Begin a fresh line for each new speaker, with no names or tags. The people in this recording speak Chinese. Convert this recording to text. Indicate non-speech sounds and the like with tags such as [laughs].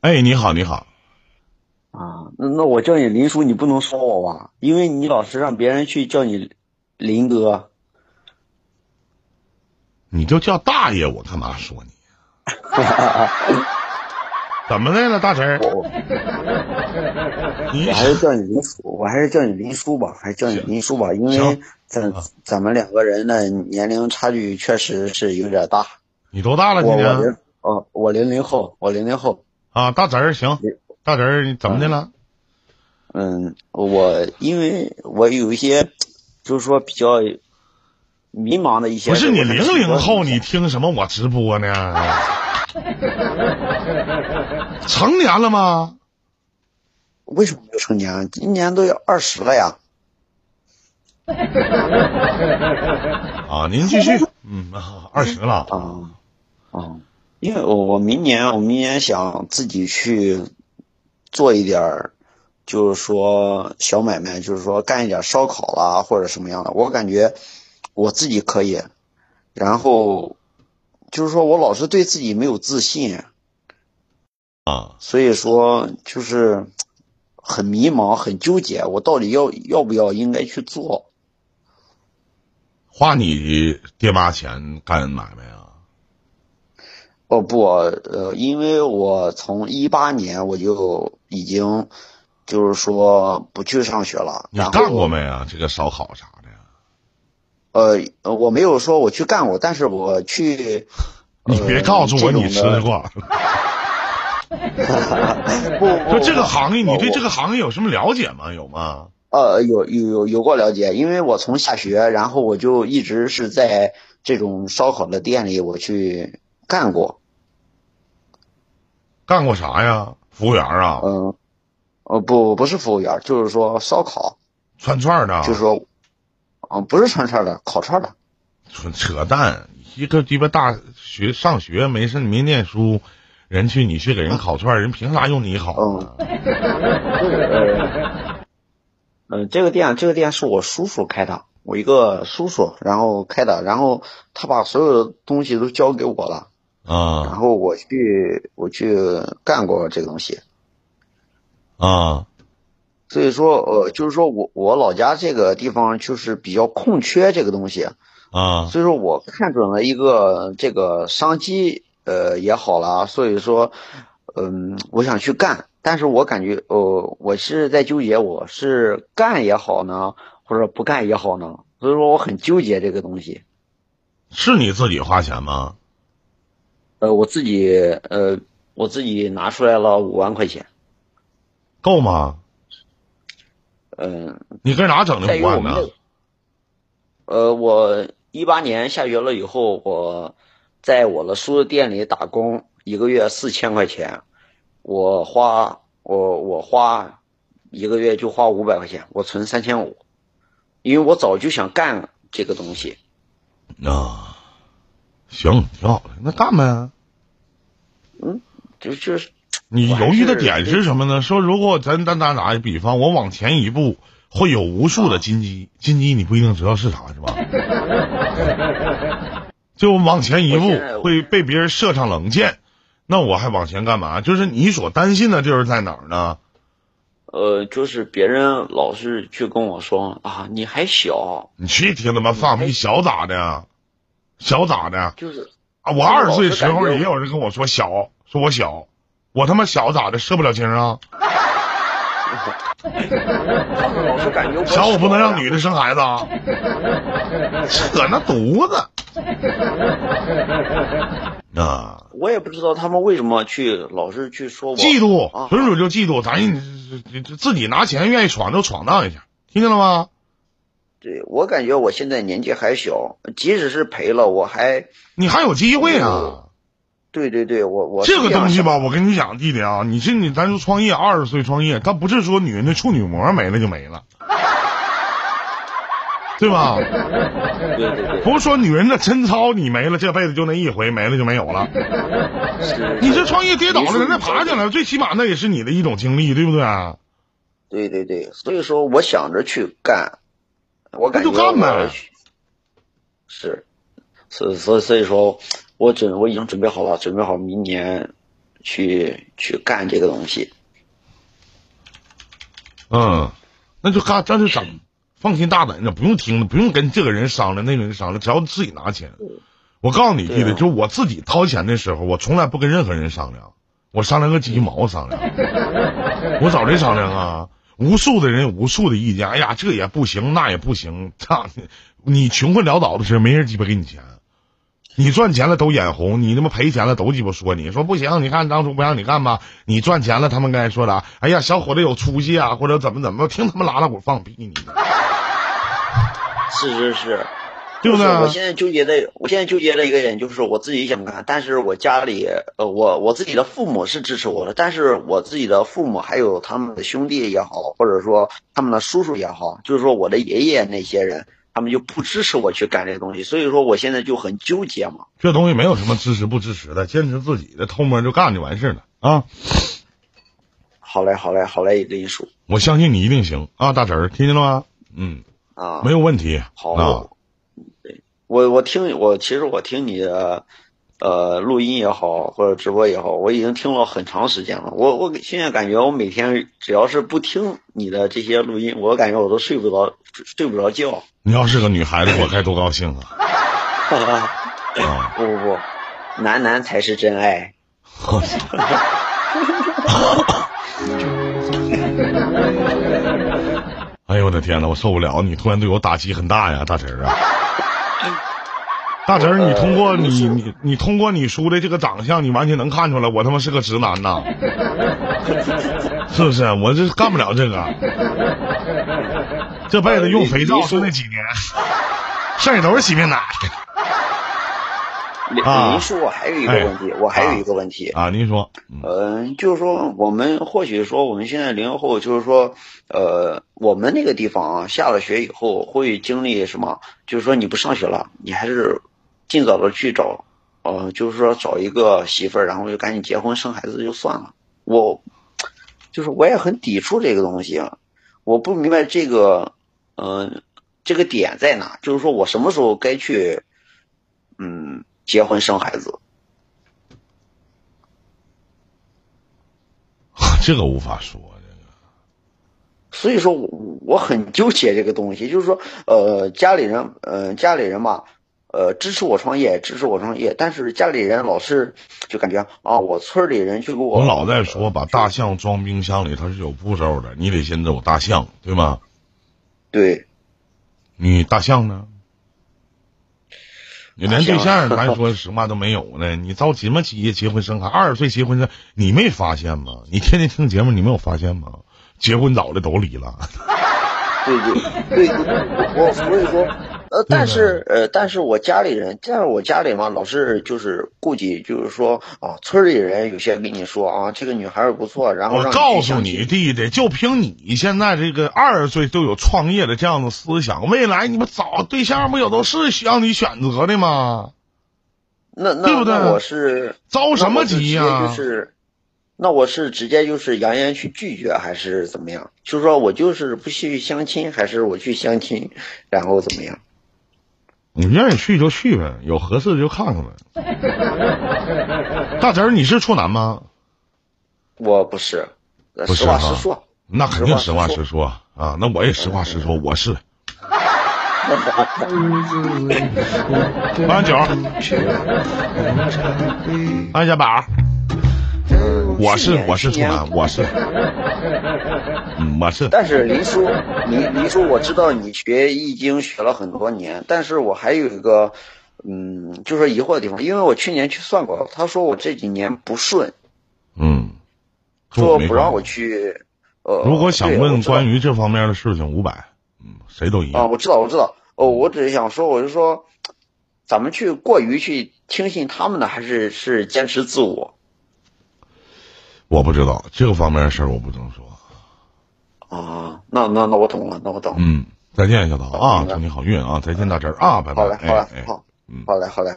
哎，你好，你好，
啊，那那我叫你林叔，你不能说我吧？因为你老是让别人去叫你林哥。
你就叫大爷，我干嘛说
[laughs]
你？怎么的了，大侄儿？
我
你
我还是叫你林叔，我还是叫你林叔吧，还是叫你林叔吧，因为
行嗯
咱咱们两个人的年龄差距确实是有点大。
你多大了？
我
今
我
年
零哦，我零零后，我啊零零后，
啊，大侄儿行，大侄儿你怎么的了？
嗯，我因为我有一些就是说比较迷茫的一些，
不是你
我想
零
请教
零后，
一
你
下
听什么我直播呢？成年了吗？
为什么没有成年？啊今年都要二十了呀。
啊，您继续。嗯，啊二十了。
啊啊，因为我我明年我明年想自己去做一点儿，就是说小买卖，就是说干一点儿烧烤啦或者什么样的，我感觉我自己可以。然后就是说我老是对自己没有自信，
啊，
所以说就是很迷茫，很纠结，我到底要要不要应该去做？
花你爹妈钱干买卖啊？
哦不，呃，因为我从一八年我就已经，就是说不去上学了。
你
然后
干过？没啊？这个烧烤啥的呀？
呃，呃我没有说我去干过，但是我去。
你别告诉我
呃
你吃。过。
这种的不不，
就这个行业，
我
你对
哦我
这个行业有什么了解吗？有吗？
呃，有有有有过了解，因为我从下学，然后我就一直是在这种烧烤的店里我去干过。
干过啥呀？服务员啊，
嗯，呃，不不是服务员，就是说烧烤，
串串的，
就是说，嗯，不是串串的，烤串的。
纯扯淡！一个鸡巴大学上学没事，你没念书，人去你去给人烤串，人凭啥用你烤啊？
[laughs] 嗯，这个店这个店是我叔叔开的，我一个叔叔，然后开的，然后他把所有的东西都交给我了，然
啊
后我去我去干过这个东西，
啊！
所以说呃，就是说我我老家这个地方就是比较空缺这个东西，
啊，
所以说我看准了一个这个商机，呃也好啦，所以说，嗯，我想去干，但是我感觉，呃，我是在纠结，我是干也好呢，或者不干也好呢，所以说我很纠结这个东西。
是你自己花钱吗？
呃，我自己，呃，我自己拿出来了五万块钱，
够吗？
嗯、
你搁哪整的
在
五
于我
万
们
呢？
这个，呃，我一八年下学了以后，我在我的叔叔店里打工，一个月四千块钱，我花我我花一个月就花五百块钱，我存三千五，因为我早就想干这个东西。
啊，行，挺好的，那干呗。啊
就就是
你
我还
犹豫的
是
点是什么呢？说如果咱咱咱打一比方，我往前一步，会有无
啊
数的金鸡，金鸡你不一定知道是啥，是吧？ [laughs] 就往前一
我
步
现在我
会被别人射上冷箭，那我还往前干嘛？就是你所担心的就是在哪儿呢？
呃，就是别人老是去跟我说啊，你还小，
你去听他妈放屁，小咋的？小咋的？
就是
啊，我
这个
二十
老
岁
师
时
感
候
觉
也有人跟我说小，说我小，我他妈小咋的？射不了精啊？
他们老是感觉我
小我不能让
呀
女的生孩子啊！扯那犊子！啊，
我也不知道他们为什么去老是去说我
嫉妒，
啊
纯属就嫉妒。咱这这自己拿钱愿意闯就闯荡一下，听见了吗？
对我感觉我现在年纪还小，即使是赔了，我还
你还有机会啊
嗯！对对对，我我
这个东西吧，
是
我跟你讲，弟弟啊，你是你咱就创业，二十岁创业，他不是说女人的处女膜没了就没了，对吧？
这样想的，对对
不是说女人的贞操你没了，这辈子就那一回，没了就没有了。
对，是
你这创业跌倒了，
你是
人家爬起来了，最起码那也是你的一种经历，对不对？啊
对对对，所以说我想着去干，我感觉
那就干呗
我是，所以所以所以说，我准我已经准备好了，准备好明年去去干这个东西。
嗯，那就干，那就整，放心大胆的，不用听，不用跟这个人商量，那个人商量，只要自己拿钱。我告诉你，弟弟，就我自己掏钱的时候，我从来不跟任何人商量，我商量个鸡毛商量，我找谁商量啊？无数的人，无数的意见，哎呀，这也不行，那也不行，操你！你穷困潦倒的时候，没人鸡巴给你钱，你赚钱了都眼红，你他妈赔钱了都鸡巴说你，说不行，你看当初不让你干吧，你赚钱了，他们该说啥？哎呀，小伙子有出息啊，或者怎么怎么，听他们拉拉鼓放屁你，
是是是，
对不啊
就是
对？
我现在纠结的，我现在纠结的一个点就是我自己想干，但是我家里，呃，我我自己的父母是支持我的，但是我自己的父母还有他们的兄弟也好，或者说他们的叔叔也好，就是说我的爷爷那些人，他们就不支持我去干这个东西，所以说我现在就很纠结嘛。
这东西没有什么支持不支持的，坚持自己的，偷摸就干就完事儿了啊！
好嘞，好嘞，好嘞，跟你说
我相信你一定行啊，大侄儿，听见了吗？嗯，
啊，
没有问题
好，
啊。
对我我听我其实我听你的呃录音也好，或者直播也好，我已经听了很长时间了。我我现在感觉我每天只要是不听你的这些录音，我感觉我都睡不着睡睡不着觉。 [laughs]
你要是个女孩子，我该多高兴啊！啊，
不不不，男男才是真爱。
我 [laughs] 哎呦我的天呐，我受不了！你突然对我打击很大呀，大侄儿啊！大侄儿，你通过你你你通过你叔的这个长相，你完全能看出来，我他妈是个直男呐， [laughs] 是不是？我这干不了这个，这辈子用肥皂就那几年，剩下都是洗面奶
李
啊哎
林叔，我还有一个问题，我还有一个问题，
啊！您说，嗯
嗯，就是说，我们或许说，我们现在零零后，就是说，呃，我们那个地方啊，下了学以后会经历什么？就是说，你不上学了，你还是尽早的去找，呃，就是说找一个媳妇儿，然后就赶紧结婚生孩子就算了。我就是我也很抵触这个东西，啊我不明白这个，嗯、这个点在哪？就是说我什么时候该去，嗯，结婚生孩子？
这个无法说，
所以说我我很纠结这个东西，就是说，呃，家里人，呃，家里人吧，呃，支持我创业，支持我创业，但是家里人老是就感觉啊，我村里人就给我，
我老在说，把大象装冰箱里，它是有步骤的，你得先走大象，对吗？
对，
你大象呢？你连对
大象
象，咱说实话都没有呢。你着急么急呀？结婚生孩，二十岁结婚生，你没发现吗？你天天听节目，你没有发现吗？结婚早的都离了，
对对对，我所以说，呃，但是
嗯
呃，但是我家里人，但是我家里嘛，老是就是顾忌，就是说啊，村里人有些跟你说啊，这个女孩儿不错，然后
我
让
告
去
诉
相
你
亲，
弟弟，就凭你现在这个二十岁就有创业的这样的思想，未来你不找对象不有都是需要你选择的吗？
那那
对不对
那我是
着什么急呀、
那我就直接就是，那我是直接就是扬言去拒绝，还是怎么样？就是说我就是不去相亲，还是我去相亲，然后怎么样？
你愿意去就去呗，有合适的就看看呗。大侄儿，你是处男吗？
我不是，呃
不是
实话
哈
实说。
那肯定实
实
话
话
实
实
说啊，那我也实话实说，我是。八九，按下板儿， [laughs] 我是
啊
我是处男，我是，嗯，我是。
但是林叔，林林叔，我知道你学易经学了很多年，但是我还有一个，嗯，就是疑惑的地方，因为我去年去算过，他说我这几年不顺，
嗯，
说
没
不让
法
我去，呃，
如果想
对我
问
知道
关于这方面的事情，五百，嗯，谁都一
啊，
样。
我知道，我知道。哦，我只是想说，我是说，咱们去过于去听信他们的，还是是坚持自我
我不知道这个方面的事儿，我不能说。
啊？那那那我懂了，那我懂了。
嗯，再见，小桃啊，
好的
祝你好运啊！再见，大侄儿啊，拜拜。
好嘞，好嘞
哎，哎
好
嗯，
好嘞，好嘞。